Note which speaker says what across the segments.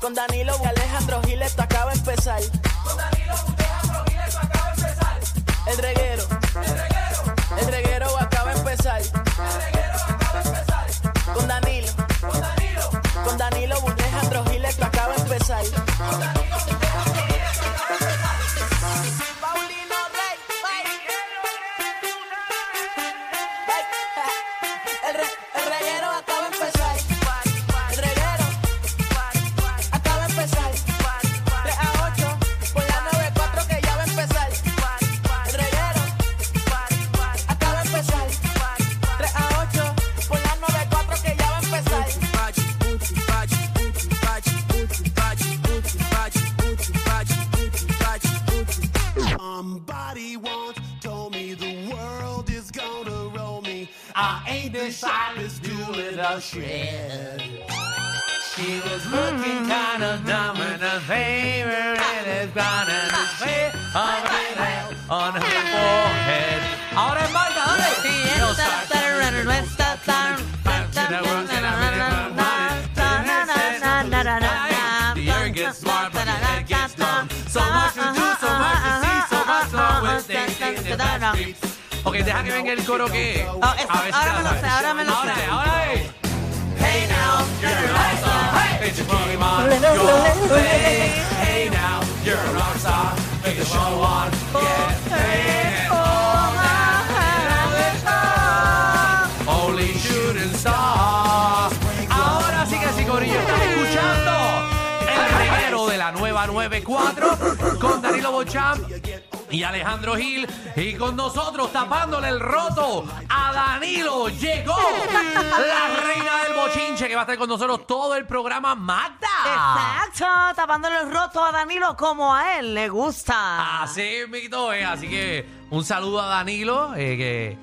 Speaker 1: con Danilo y Alejandro Giles, esto acaba de empezar. Con Danilo, Alejandro Giles, esto acaba de empezar. El reguero, el reguero, el reguero acaba de empezar. El reguero acaba de empezar. Con Danilo, con Danilo, con Danilo y Alejandro Giles, esto acaba de empezar. Con Danilo, con Alejandro Giles, esto acaba de empezar. Paulino Rey, Rey. El re- el reguero acaba de empezar. El reguero acaba de empezar. 3 a 8, por la 9-4 que ya va a empezar. El reguero acaba de empezar. 3 a 8, por la 9-4 que ya va a empezar.
Speaker 2: Somebody once told me the world is gonna roll me. I ain't the shyest doing a shred. She was looking kind of dumb and her favorite is gone and the shape of it out on her forehead. Ahora es Marta, ¿dónde? No saca much and I won't and I'm in my mind. Turn it, set it, right. The earth gets smart, but the head gets dumb. So much to do, so much to see, so much wrong with things in the back streets. Ok, deja que venga el coro que.
Speaker 3: Oh, eso,
Speaker 2: A ver si
Speaker 3: ahora
Speaker 2: la
Speaker 3: me lo sé,
Speaker 2: sabes.
Speaker 3: ahora me lo
Speaker 2: Ahora
Speaker 3: sé.
Speaker 2: es, ahora es. Hey now, you're a rock star. It's your Pokemon, your thing. Hey now, you're a rock star. Make the show on. Get paid. Only shooting stars. Ahora sí que sí, Corillo, estás escuchando el reguero de la nueva 94 con Danilo Bocham y Alejandro Gil. Y con nosotros, tapándole el roto a Danilo, llegó la reina del bochinche que va a estar con nosotros todo el programa, Magda.
Speaker 3: Exacto, tapándole el roto a Danilo como a él le gusta.
Speaker 2: Así mito es, así que un saludo a Danilo, eh, que,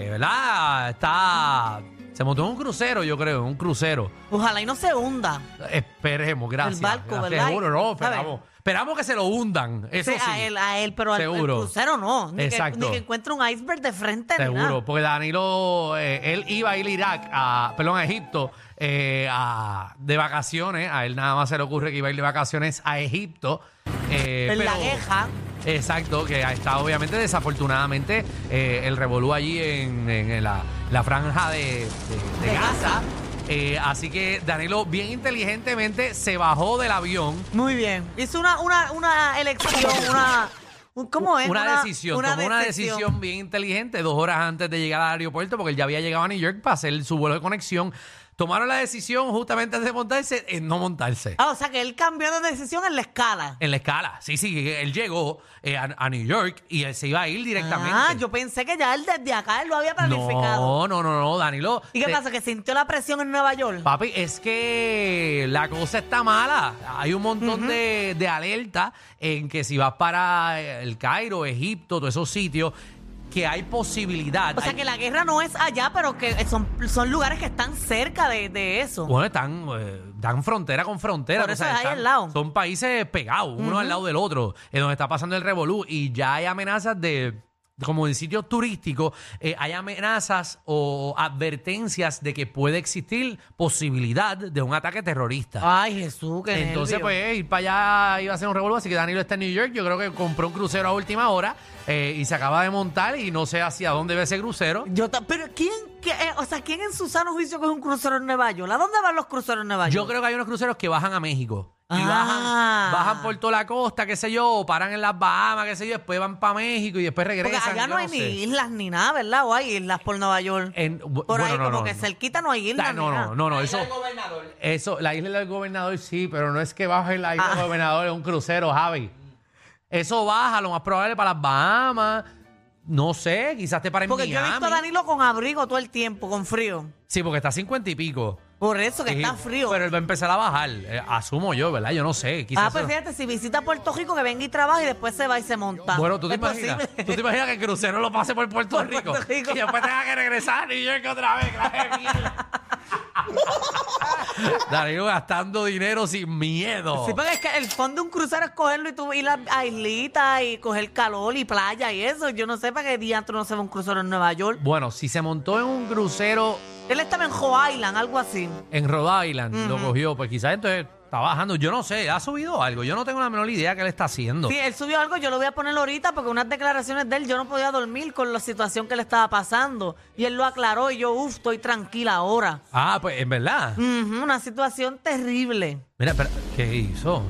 Speaker 2: eh, ¿verdad? Está. Se montó en un crucero, yo creo, en un crucero.
Speaker 3: Ojalá y no se hunda.
Speaker 2: Esperemos, gracias.
Speaker 3: El barco,
Speaker 2: Gracias,
Speaker 3: ¿verdad?
Speaker 2: Seguro, no,
Speaker 3: ¿Sabes?
Speaker 2: esperamos. Esperamos que se lo hundan, eso sí.
Speaker 3: Sí, a él, a él, pero al, al
Speaker 2: Seguro.
Speaker 3: crucero no. Ni
Speaker 2: Exacto.
Speaker 3: Que, ni que encuentre un iceberg de frente ni
Speaker 2: Seguro,
Speaker 3: nada.
Speaker 2: porque Danilo, eh, él iba a ir a Irak, a, perdón, a Egipto, eh, a- de vacaciones. A él nada más se le ocurre que iba a ir de vacaciones a Egipto. eh,
Speaker 3: En la
Speaker 2: pero-
Speaker 3: queja.
Speaker 2: Exacto, que ha estado obviamente desafortunadamente eh, el revolú allí en, en- en la, la franja de, de- de
Speaker 3: De
Speaker 2: Gaza.
Speaker 3: Gaza.
Speaker 2: Eh, así que Danilo bien inteligentemente se bajó del avión.
Speaker 3: Muy bien. Hizo una, una, una elección, una. un- ¿Cómo es?
Speaker 2: Una, decisión, tomó una decisión bien inteligente dos horas antes de llegar al aeropuerto porque él ya había llegado a New York para hacer su vuelo de conexión. Tomaron la decisión justamente antes de montarse en no montarse.
Speaker 3: Ah, o sea que él cambió de decisión en la escala.
Speaker 2: En la escala, sí, sí, él llegó eh, a, a New York y él se iba a ir directamente.
Speaker 3: Ah, yo pensé que ya él desde acá él lo había
Speaker 2: No,
Speaker 3: planificado.
Speaker 2: no, no, no, Danilo.
Speaker 3: ¿Y qué
Speaker 2: te-
Speaker 3: pasa? ¿Que sintió la presión en Nueva York?
Speaker 2: Papi, es que la cosa está mala. Hay un montón de, de alertas en que si vas para el Cairo, Egipto, todos esos sitios, que hay posibilidad.
Speaker 3: O sea
Speaker 2: hay-
Speaker 3: que la guerra no es allá, pero que son, son lugares que están cerca de, de eso.
Speaker 2: Bueno, están, eh, dan frontera con frontera.
Speaker 3: Por
Speaker 2: ¿no?
Speaker 3: eso es ahí
Speaker 2: están-
Speaker 3: al lado.
Speaker 2: Son países pegados, uno al lado del otro, en donde está pasando el revolú. Y ya hay amenazas de, como en sitios turísticos, eh, hay amenazas o advertencias de que puede existir posibilidad de un ataque terrorista.
Speaker 3: Ay, Jesús, qué
Speaker 2: Entonces,
Speaker 3: nervio.
Speaker 2: pues, ir para allá iba a ser un revuelo, así que Danilo está en New York. Yo creo que compró un crucero a última hora eh, y se acaba de montar y no sé hacia dónde ve ese crucero.
Speaker 3: Yo ta- pero ¿quién, qué- eh, o sea, ¿quién en su sano juicio coge un crucero en Nueva York? ¿A dónde van los cruceros en Nueva York?
Speaker 2: Yo creo que hay unos cruceros que bajan a México Y
Speaker 3: Ah.
Speaker 2: bajan, bajan por toda la costa, qué sé yo, o paran en las Bahamas, qué sé yo, después van para México y después
Speaker 3: Porque
Speaker 2: regresan.
Speaker 3: allá
Speaker 2: yo
Speaker 3: no hay ni
Speaker 2: sé.
Speaker 3: islas ni nada, ¿verdad? O hay islas por Nueva York.
Speaker 2: En- bu-
Speaker 3: por
Speaker 2: bueno,
Speaker 3: ahí,
Speaker 2: no,
Speaker 3: como
Speaker 2: no,
Speaker 3: que
Speaker 2: no.
Speaker 3: cerquita no hay
Speaker 2: Da-
Speaker 3: islas.
Speaker 2: no,
Speaker 3: ni
Speaker 2: no,
Speaker 3: nada.
Speaker 2: no, no, eso. Eso, la isla del gobernador sí, pero no es que baje la isla
Speaker 3: Ah.
Speaker 2: del gobernador, es un crucero, Javi. Eso baja, lo más probable para las Bahamas. No sé, quizás te paren en
Speaker 3: Porque
Speaker 2: Miami.
Speaker 3: yo he visto a Danilo con abrigo todo el tiempo, con frío.
Speaker 2: Sí, porque está a 50 y pico.
Speaker 3: Por eso que
Speaker 2: Sí,
Speaker 3: está frío.
Speaker 2: Pero él va a empezar a bajar, eh, asumo yo, ¿verdad? Yo no sé, quizás.
Speaker 3: ah, pues
Speaker 2: eso-
Speaker 3: fíjate, si visita Puerto Rico, que venga y trabaja y después se va y se monta.
Speaker 2: Bueno, ¿tú te,
Speaker 3: ¿Es
Speaker 2: imaginas,
Speaker 3: posible?
Speaker 2: tú te imaginas que el crucero lo pase por Puerto,
Speaker 3: Por
Speaker 2: Rico,
Speaker 3: Puerto Rico.
Speaker 2: y después tenga que regresar y yo que otra vez, clase de mierda. Danilo gastando dinero sin miedo.
Speaker 3: Sí, porque es que el fondo de un crucero es cogerlo y tú ir a, a islitas y coger calor y playa y eso. Yo no sé para qué diantro no se va un crucero en Nueva York.
Speaker 2: Bueno, si se montó en un crucero
Speaker 3: Él estaba en Hawái Island, algo así.
Speaker 2: en Rhode Island, lo cogió, pues quizás entonces está bajando. Yo no sé, ha subido algo. Yo no tengo la menor idea que él está haciendo.
Speaker 3: Sí, él subió algo, yo lo voy a poner ahorita porque unas declaraciones de él yo no podía dormir con la situación que le estaba pasando. Y él lo aclaró y yo, uff, estoy tranquila ahora.
Speaker 2: Ah, pues en verdad.
Speaker 3: Ujú, una situación terrible.
Speaker 2: Mira, pero, ¿qué hizo?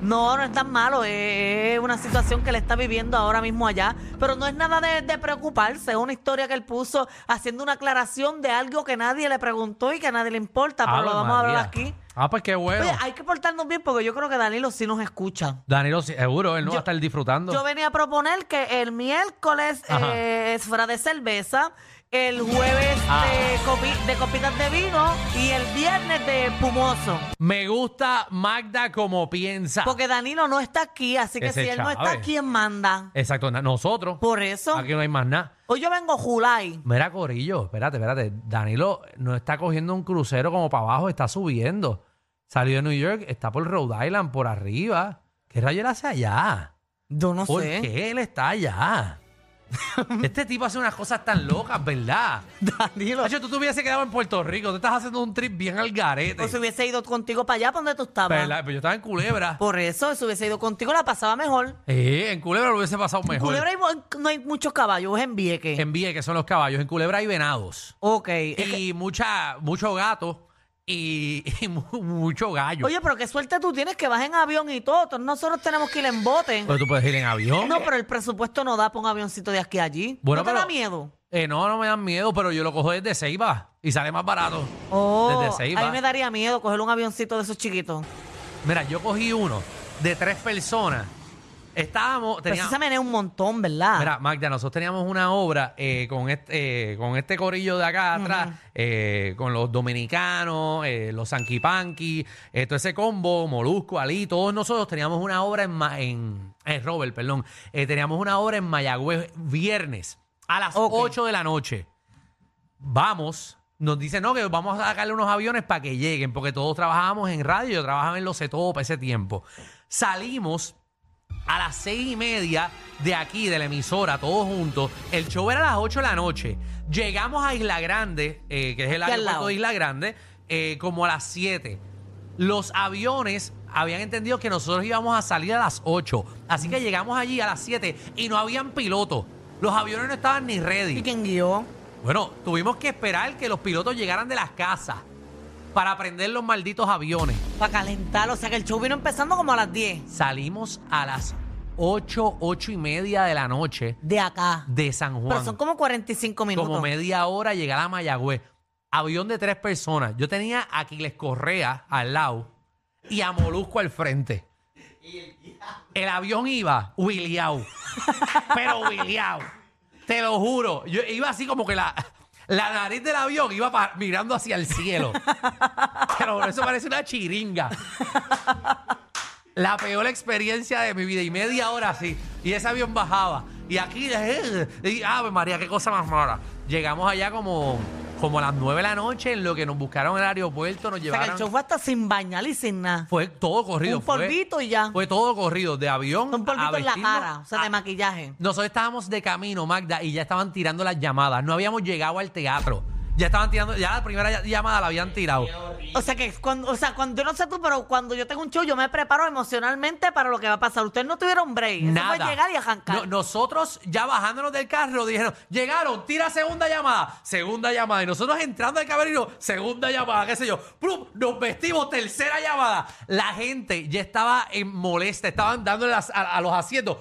Speaker 3: No, no es tan malo, es una situación que le está viviendo ahora mismo allá, pero no es nada de, de preocuparse, es una historia que él puso haciendo una aclaración de algo que nadie le preguntó y que a nadie le importa, pero
Speaker 2: Ave
Speaker 3: lo vamos a hablar
Speaker 2: María.
Speaker 3: aquí.
Speaker 2: Ah, pues qué bueno.
Speaker 3: Oye, hay que portarnos bien porque yo creo que Danilo sí nos escucha.
Speaker 2: Danilo, seguro, él no va
Speaker 3: Yo-
Speaker 2: a estar disfrutando.
Speaker 3: Yo venía a proponer que el miércoles
Speaker 2: Ajá.
Speaker 3: eh, es fuera de cerveza, el jueves
Speaker 2: Ah.
Speaker 3: de, copi- de copitas de vino y el viernes de pumoso.
Speaker 2: Me gusta Magda como piensa.
Speaker 3: Porque Danilo no está aquí, así que
Speaker 2: Ah. Ese
Speaker 3: si él no está,
Speaker 2: chave.
Speaker 3: ¿quién manda?
Speaker 2: Exacto, na- nosotros.
Speaker 3: Por eso.
Speaker 2: Aquí no hay más nada.
Speaker 3: Hoy yo vengo Julay.
Speaker 2: Mira, Corillo, espérate, espérate. Danilo no está cogiendo un crucero como para abajo, está subiendo. Salió de New York, está por Rhode Island, por arriba. ¿Qué rayo él hace allá?
Speaker 3: Yo no
Speaker 2: ¿Por
Speaker 3: sé.
Speaker 2: qué él está allá? este tipo hace unas cosas tan locas, ¿verdad?
Speaker 3: Danilo.
Speaker 2: Nacho, tú te hubieses quedado en Puerto Rico, te estás haciendo un trip bien al garete.
Speaker 3: O si hubiese ido contigo para allá, ¿para donde tú estabas?
Speaker 2: ¿Verdad? Pero yo estaba en Culebra.
Speaker 3: Por eso, si hubiese ido contigo, la pasaba mejor.
Speaker 2: Eh, en Culebra lo hubiese pasado mejor.
Speaker 3: Culebra hay buen- no hay muchos caballos, es en Vieques.
Speaker 2: En Vieques, que son los caballos. En Culebra hay venados.
Speaker 3: Ok. es que-
Speaker 2: y mucha, mucho gato y, y mu- mucho gallo.
Speaker 3: Eh, Oye, pero qué suerte tú tienes que vas en avión y todo. Entonces, Nosotros tenemos que ir en bote.
Speaker 2: pero tú puedes ir en avión.
Speaker 3: No, pero el presupuesto no da para un avioncito de aquí a allí.
Speaker 2: Bueno,
Speaker 3: ¿No te da
Speaker 2: pero-
Speaker 3: miedo?
Speaker 2: Eh, no, no me dan miedo, pero yo lo cojo desde Ceiba y sale más barato.
Speaker 3: Oh,
Speaker 2: desde Ceiba.
Speaker 3: a mí me daría miedo coger un avioncito de esos chiquitos.
Speaker 2: Mira, yo cogí uno de tres personas. Estábamos,
Speaker 3: Pero sí
Speaker 2: teníamos,
Speaker 3: se menea un montón, ¿verdad?
Speaker 2: Mira, Magda, nosotros teníamos una obra eh, con, este, eh, con este corillo de acá atrás, eh, con los dominicanos, eh, los sanquipanqui, eh, todo ese combo, Molusco, Ali, todos nosotros teníamos una obra en, Ma- en, en Robert, perdón, eh, teníamos una obra en Mayagüez viernes a las
Speaker 3: Ok.
Speaker 2: 8 de la noche. Vamos. Nos dicen, no, que vamos a sacarle unos aviones para que lleguen, porque todos trabajábamos en radio, yo trabajaba en los Cetopa ese tiempo. Salimos a las seis y media de aquí, de la emisora, todos juntos. El show era a las ocho de la noche. Llegamos a Isla Grande, eh, que es el
Speaker 3: Aquí al
Speaker 2: aeropuerto
Speaker 3: lado.
Speaker 2: de Isla Grande, eh, como a las siete. Los aviones habían entendido que nosotros íbamos a salir a las ocho. Así que llegamos allí a las siete y no habían piloto. Los aviones no estaban ni
Speaker 3: ¿Y
Speaker 2: ready.
Speaker 3: quién guió?
Speaker 2: Bueno, tuvimos que esperar que los pilotos llegaran de las casas para prender los malditos aviones.
Speaker 3: Para calentar. O sea, que el show vino empezando como a las 10
Speaker 2: Salimos a las 8, 8 y media de la noche
Speaker 3: de acá.
Speaker 2: de San Juan.
Speaker 3: Pero son como 45 minutos.
Speaker 2: Como media hora llegar a Mayagüez. Avión de tres personas. Yo tenía a Aquiles Correa al lado y a Molusco al frente. El avión iba huileado. pero huileado. Te lo juro. Yo iba así como que la, la nariz del avión iba pa- mirando hacia el cielo. pero eso parece una chiringa. La peor experiencia de mi vida. Y media hora así. Y ese avión bajaba. Y aquí, eh, y, ave María, qué cosa más mala. Llegamos allá como, como a las nueve de la noche, en lo que nos buscaron en el aeropuerto, nos
Speaker 3: O sea, que el
Speaker 2: llevaron.
Speaker 3: show fue hasta sin bañar y sin nada.
Speaker 2: Fue todo corrido.
Speaker 3: Un
Speaker 2: fue-
Speaker 3: polvito y ya.
Speaker 2: Fue todo corrido, de avión.
Speaker 3: Un
Speaker 2: a
Speaker 3: polvito en la
Speaker 2: vestirnos,
Speaker 3: cara, o sea,
Speaker 2: a-
Speaker 3: de maquillaje.
Speaker 2: Nosotros estábamos de camino, Magda, y ya estaban tirando las llamadas. No habíamos llegado al teatro. Ya estaban tirando, ya la primera ll- llamada la habían tirado.
Speaker 3: O sea que cuando, o sea, cuando yo no sé tú, pero cuando yo tengo un show, yo me preparo emocionalmente para lo que va a pasar. Ustedes no tuvieron break. Eso
Speaker 2: Nada.
Speaker 3: fue llegar y arrancar.
Speaker 2: No- nosotros ya bajándonos del carro dijeron, llegaron, tira segunda llamada, segunda llamada. Y nosotros entrando al camerino, segunda llamada, qué sé yo. ¡Plum! Nos vestimos, tercera llamada. La gente ya estaba en molesta, estaban dándole las- a, a los asientos.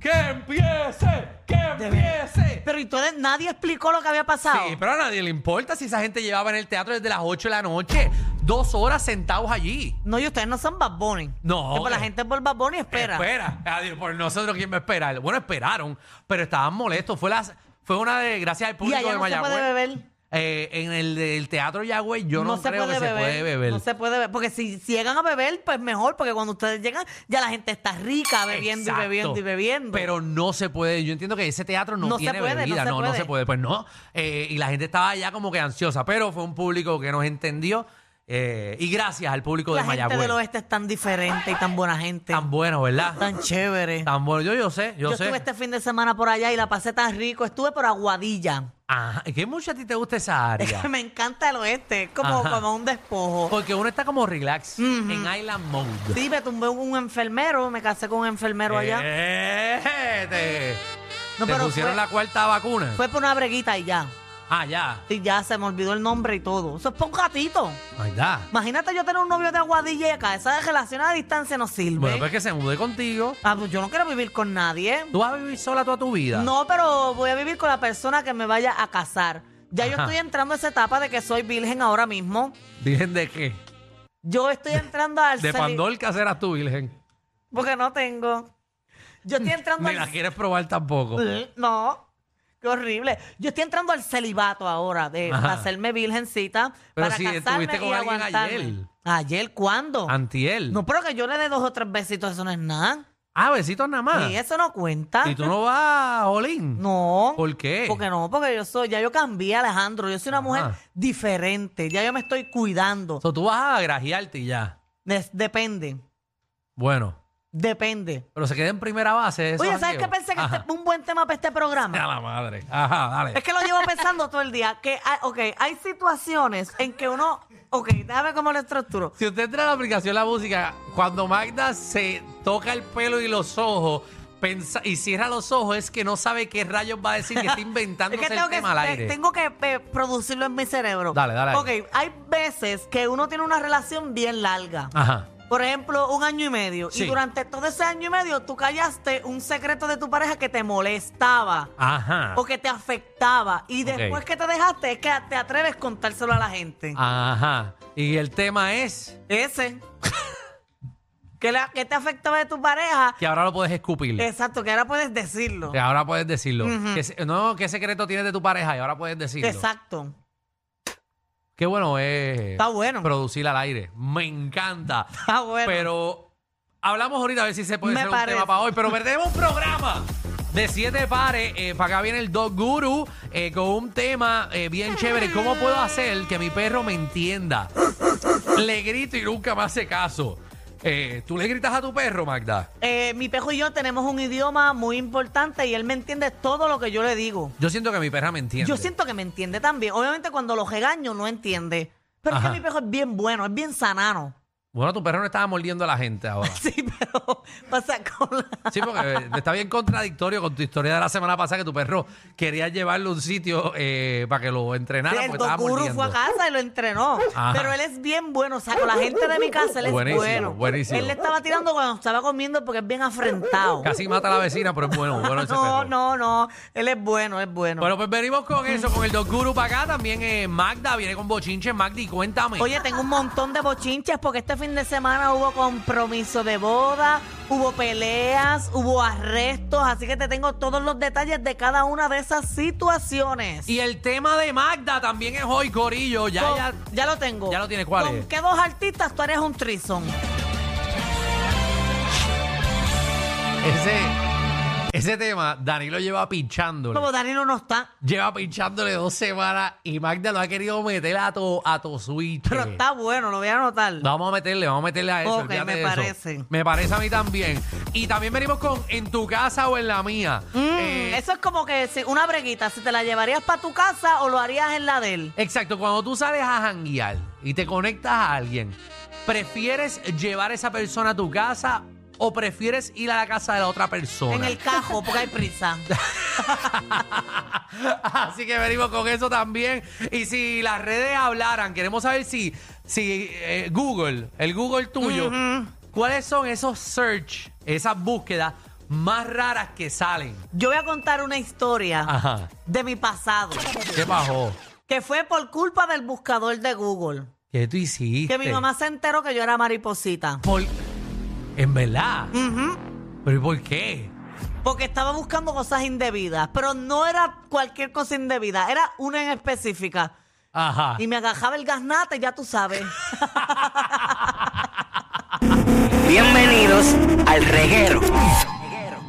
Speaker 2: ¡Que empiece! ¡Que empiece!
Speaker 3: Pero entonces nadie explicó lo que había pasado.
Speaker 2: Sí, pero a nadie le importa si esa gente llevaba en el teatro desde las 8 de la noche, dos horas sentados allí.
Speaker 3: No, y ustedes no son Bad Bunny.
Speaker 2: No. eh.
Speaker 3: Que pues la gente por Bad Bunny espera.
Speaker 2: Espera. Adiós, por nosotros, ¿quién me espera? Bueno, esperaron, pero estaban molestos. Fue, las, fue una desgracia del
Speaker 3: y
Speaker 2: público
Speaker 3: allá
Speaker 2: de
Speaker 3: no se
Speaker 2: Mayagüez.
Speaker 3: puede beber.
Speaker 2: Eh, en el del Teatro Yagüez yo no,
Speaker 3: se
Speaker 2: creo que
Speaker 3: puede beber,
Speaker 2: se puede beber.
Speaker 3: No se puede beber. Porque si, si llegan a beber, pues mejor. Porque cuando ustedes llegan, ya la gente está rica bebiendo
Speaker 2: Exacto.
Speaker 3: y bebiendo y bebiendo.
Speaker 2: Pero no se puede. Yo entiendo que ese teatro no,
Speaker 3: No se
Speaker 2: tiene
Speaker 3: puede, no
Speaker 2: bebida.
Speaker 3: se
Speaker 2: No, no
Speaker 3: puede.
Speaker 2: se puede. Pues no. Eh, y la gente estaba ya como que ansiosa. Pero fue un público que nos entendió. eh, y gracias al público
Speaker 3: la
Speaker 2: de
Speaker 3: gente
Speaker 2: Mayagüez.
Speaker 3: del oeste es tan diferente y tan buena gente.
Speaker 2: Tan bueno, ¿verdad?
Speaker 3: tan chévere.
Speaker 2: Tan bueno. Yo, yo sé, yo,
Speaker 3: Yo
Speaker 2: sé.
Speaker 3: estuve este fin de semana por allá y la pasé tan rico. Estuve por Aguadilla.
Speaker 2: Ajá. ¿Qué mucho a ti te gusta esa
Speaker 3: Es
Speaker 2: área?
Speaker 3: que me encanta el oeste. Es como,
Speaker 2: Ajá.
Speaker 3: como un despojo.
Speaker 2: Porque uno está como relax en Island Mode.
Speaker 3: Sí, me tumbé un enfermero. Me casé con un enfermero allá.
Speaker 2: Eh, te
Speaker 3: No,
Speaker 2: te
Speaker 3: pero
Speaker 2: pusieron
Speaker 3: fue-
Speaker 2: la cuarta vacuna.
Speaker 3: Fue por una breguita y ya.
Speaker 2: Ah, ya.
Speaker 3: Y ya se me olvidó el nombre y todo. Eso es para un gatito.
Speaker 2: Ahí está.
Speaker 3: Imagínate yo tener un novio de Aguadilleca. Esa relación a distancia no sirve.
Speaker 2: Bueno, pues que se mude contigo.
Speaker 3: Ah, pues yo no quiero vivir con nadie.
Speaker 2: ¿Tú vas a vivir sola toda tu vida?
Speaker 3: No, pero voy a vivir con la persona que me vaya a casar. Ya yo
Speaker 2: Ajá.
Speaker 3: estoy entrando a esa etapa de que soy virgen ahora mismo.
Speaker 2: ¿Virgen de qué?
Speaker 3: Yo estoy entrando al
Speaker 2: De
Speaker 3: celi-
Speaker 2: Pandorca serás tú, virgen.
Speaker 3: Porque no tengo. Yo estoy entrando
Speaker 2: Ni la
Speaker 3: al.
Speaker 2: quieres probar tampoco.
Speaker 3: No. Qué horrible. Yo estoy entrando al celibato ahora, de
Speaker 2: Ajá.
Speaker 3: hacerme virgencita
Speaker 2: Pero
Speaker 3: para
Speaker 2: si
Speaker 3: casarme
Speaker 2: estuviste con
Speaker 3: y
Speaker 2: alguien
Speaker 3: aguantarme.
Speaker 2: ayer.
Speaker 3: ¿Ayer cuándo?
Speaker 2: Antiel.
Speaker 3: No, pero que yo le dé dos o tres besitos, eso no es nada.
Speaker 2: Ah, besitos nada más.
Speaker 3: Y eso no cuenta.
Speaker 2: ¿Y tú no vas, Jolín?
Speaker 3: No.
Speaker 2: ¿Por qué?
Speaker 3: Porque no, porque yo soy, ya yo cambié, Alejandro. Yo soy una
Speaker 2: Ajá.
Speaker 3: mujer diferente. Ya yo me estoy cuidando.
Speaker 2: O sea, tú vas a grajearte y ya.
Speaker 3: Des- depende.
Speaker 2: Bueno,
Speaker 3: Depende.
Speaker 2: pero se queda en primera base. eso,
Speaker 3: Oye, ¿sabes qué
Speaker 2: Santiago?
Speaker 3: pensé que
Speaker 2: Ajá. Ah,
Speaker 3: este- un buen tema para este programa?
Speaker 2: A la madre. Ajá, dale.
Speaker 3: Es que lo llevo pensando todo el día. Que, hay- ok, hay situaciones en que uno. Ok, déjame cómo lo estructuro.
Speaker 2: Si usted entra a la aplicación La Música, cuando Magda se toca el pelo y los ojos pensa- y cierra los ojos, es que no sabe qué rayos va a decir, que está inventando
Speaker 3: Es que
Speaker 2: el
Speaker 3: tengo que,
Speaker 2: tema al
Speaker 3: te-
Speaker 2: aire.
Speaker 3: tengo que eh, producirlo en mi cerebro.
Speaker 2: Dale, dale ahí.
Speaker 3: Ok, hay veces que uno tiene una relación bien larga.
Speaker 2: Ajá.
Speaker 3: Por ejemplo, un año y medio.
Speaker 2: Sí.
Speaker 3: Y durante todo ese año y medio tú callaste un secreto de tu pareja que te molestaba
Speaker 2: Ajá.
Speaker 3: o que te afectaba. Y
Speaker 2: Ah. Ok.
Speaker 3: después que te dejaste es que te atreves a contárselo a la gente.
Speaker 2: Ah. Ajá. Y el tema es
Speaker 3: Ese. que, la, que te afectaba de tu pareja.
Speaker 2: que ahora lo puedes escupir.
Speaker 3: Exacto, que ahora puedes decirlo.
Speaker 2: Que ahora puedes decirlo. Que se- no, ¿qué secreto tienes de tu pareja? Y ahora puedes decirlo.
Speaker 3: Exacto.
Speaker 2: Qué bueno es
Speaker 3: Está bueno.
Speaker 2: producir al aire. Me encanta.
Speaker 3: Está bueno.
Speaker 2: Pero hablamos ahorita a ver si se puede
Speaker 3: Me
Speaker 2: hacer un
Speaker 3: parece.
Speaker 2: tema para hoy. Pero tenemos un programa de siete pares. Eh, para acá viene el Dog Guru eh, con un tema eh, bien chévere. ¿Cómo puedo hacer que mi perro me entienda? Le grito y nunca me hace caso. Eh, ¿Tú le gritas a tu perro, Magda?
Speaker 3: Eh, mi pejo y yo tenemos un idioma muy importante y él me entiende todo lo que yo le digo.
Speaker 2: Yo siento que mi perra me entiende.
Speaker 3: Yo siento que me entiende también. Obviamente cuando lo regaño no entiende. Pero
Speaker 2: Ajá.
Speaker 3: es que mi pejo es bien bueno, es bien sanano.
Speaker 2: Bueno, tu perro no estaba mordiendo a la gente ahora.
Speaker 3: Sí, pero pasa con la...
Speaker 2: Sí, porque eh, está bien contradictorio con tu historia de la semana pasada que tu perro quería llevarlo a un sitio eh, para que lo entrenara
Speaker 3: el
Speaker 2: porque pues, estaba
Speaker 3: Dokuru
Speaker 2: mordiendo.
Speaker 3: fue a casa y lo entrenó.
Speaker 2: Ajá.
Speaker 3: Pero él es bien bueno. O sea, con la gente de mi casa él es
Speaker 2: Buenísimo,
Speaker 3: bueno.
Speaker 2: buenísimo.
Speaker 3: Él le estaba tirando cuando estaba comiendo porque es bien afrentado.
Speaker 2: Casi mata a la vecina, pero es bueno, bueno ese
Speaker 3: no,
Speaker 2: perro.
Speaker 3: no, no. Él es bueno, es bueno.
Speaker 2: Bueno, pues venimos con eso, con el Doc Guru para acá. También eh, Magda viene con bochinche. Magdi, cuéntame.
Speaker 3: Oye, tengo un montón de bochinches porque este fin de semana hubo compromiso de boda, hubo peleas, hubo arrestos, así que te tengo todos los detalles de cada una de esas situaciones.
Speaker 2: Y el tema de Magda también es hoy, Corillo. Ya,
Speaker 3: Con-
Speaker 2: ya.
Speaker 3: ya lo tengo.
Speaker 2: ya lo tienes, ¿cuál
Speaker 3: ¿Con
Speaker 2: es?
Speaker 3: qué dos artistas tú eres un trison?
Speaker 2: Ese, Ese tema, Danilo lleva pinchándole.
Speaker 3: Como Danilo no está,
Speaker 2: Lleva pinchándole dos semanas y Magda lo ha querido meter a tu, a tu switch.
Speaker 3: pero está bueno, lo voy a anotar.
Speaker 2: Vamos a meterle, vamos a meterle a eso.
Speaker 3: Ok,
Speaker 2: olvídate
Speaker 3: me
Speaker 2: de eso.
Speaker 3: parece.
Speaker 2: Me parece a mí también. Y también venimos con En tu casa o en la mía.
Speaker 3: Mm,
Speaker 2: Eh,
Speaker 3: Eso es como que si- una breguita, si te la llevarías para tu casa o lo harías en la de él.
Speaker 2: Exacto, cuando tú sales a janguear y te conectas a alguien, ¿prefieres llevar a esa persona a tu casa o prefieres ir a la casa de la otra persona?
Speaker 3: En el cajo, porque hay prisa.
Speaker 2: Así que venimos con eso también. Y si las redes hablaran, queremos saber si, si eh, Google, el Google tuyo, ¿cuáles son esos search, esas búsquedas más raras que salen?
Speaker 3: Yo voy a contar una historia
Speaker 2: Ajá.
Speaker 3: de mi pasado,
Speaker 2: ¿Qué bajó?
Speaker 3: que fue por culpa del buscador de Google.
Speaker 2: ¿Qué tú hiciste?
Speaker 3: Que mi mamá se enteró que yo era mariposita.
Speaker 2: Por- En verdad.
Speaker 3: Ujú.
Speaker 2: ¿Pero y por qué?
Speaker 3: Porque estaba buscando cosas indebidas, pero no era cualquier cosa indebida, era una en específica.
Speaker 2: Ajá.
Speaker 3: Y me agajaba el gasnate, ya tú sabes.
Speaker 4: Bienvenidos al reguero.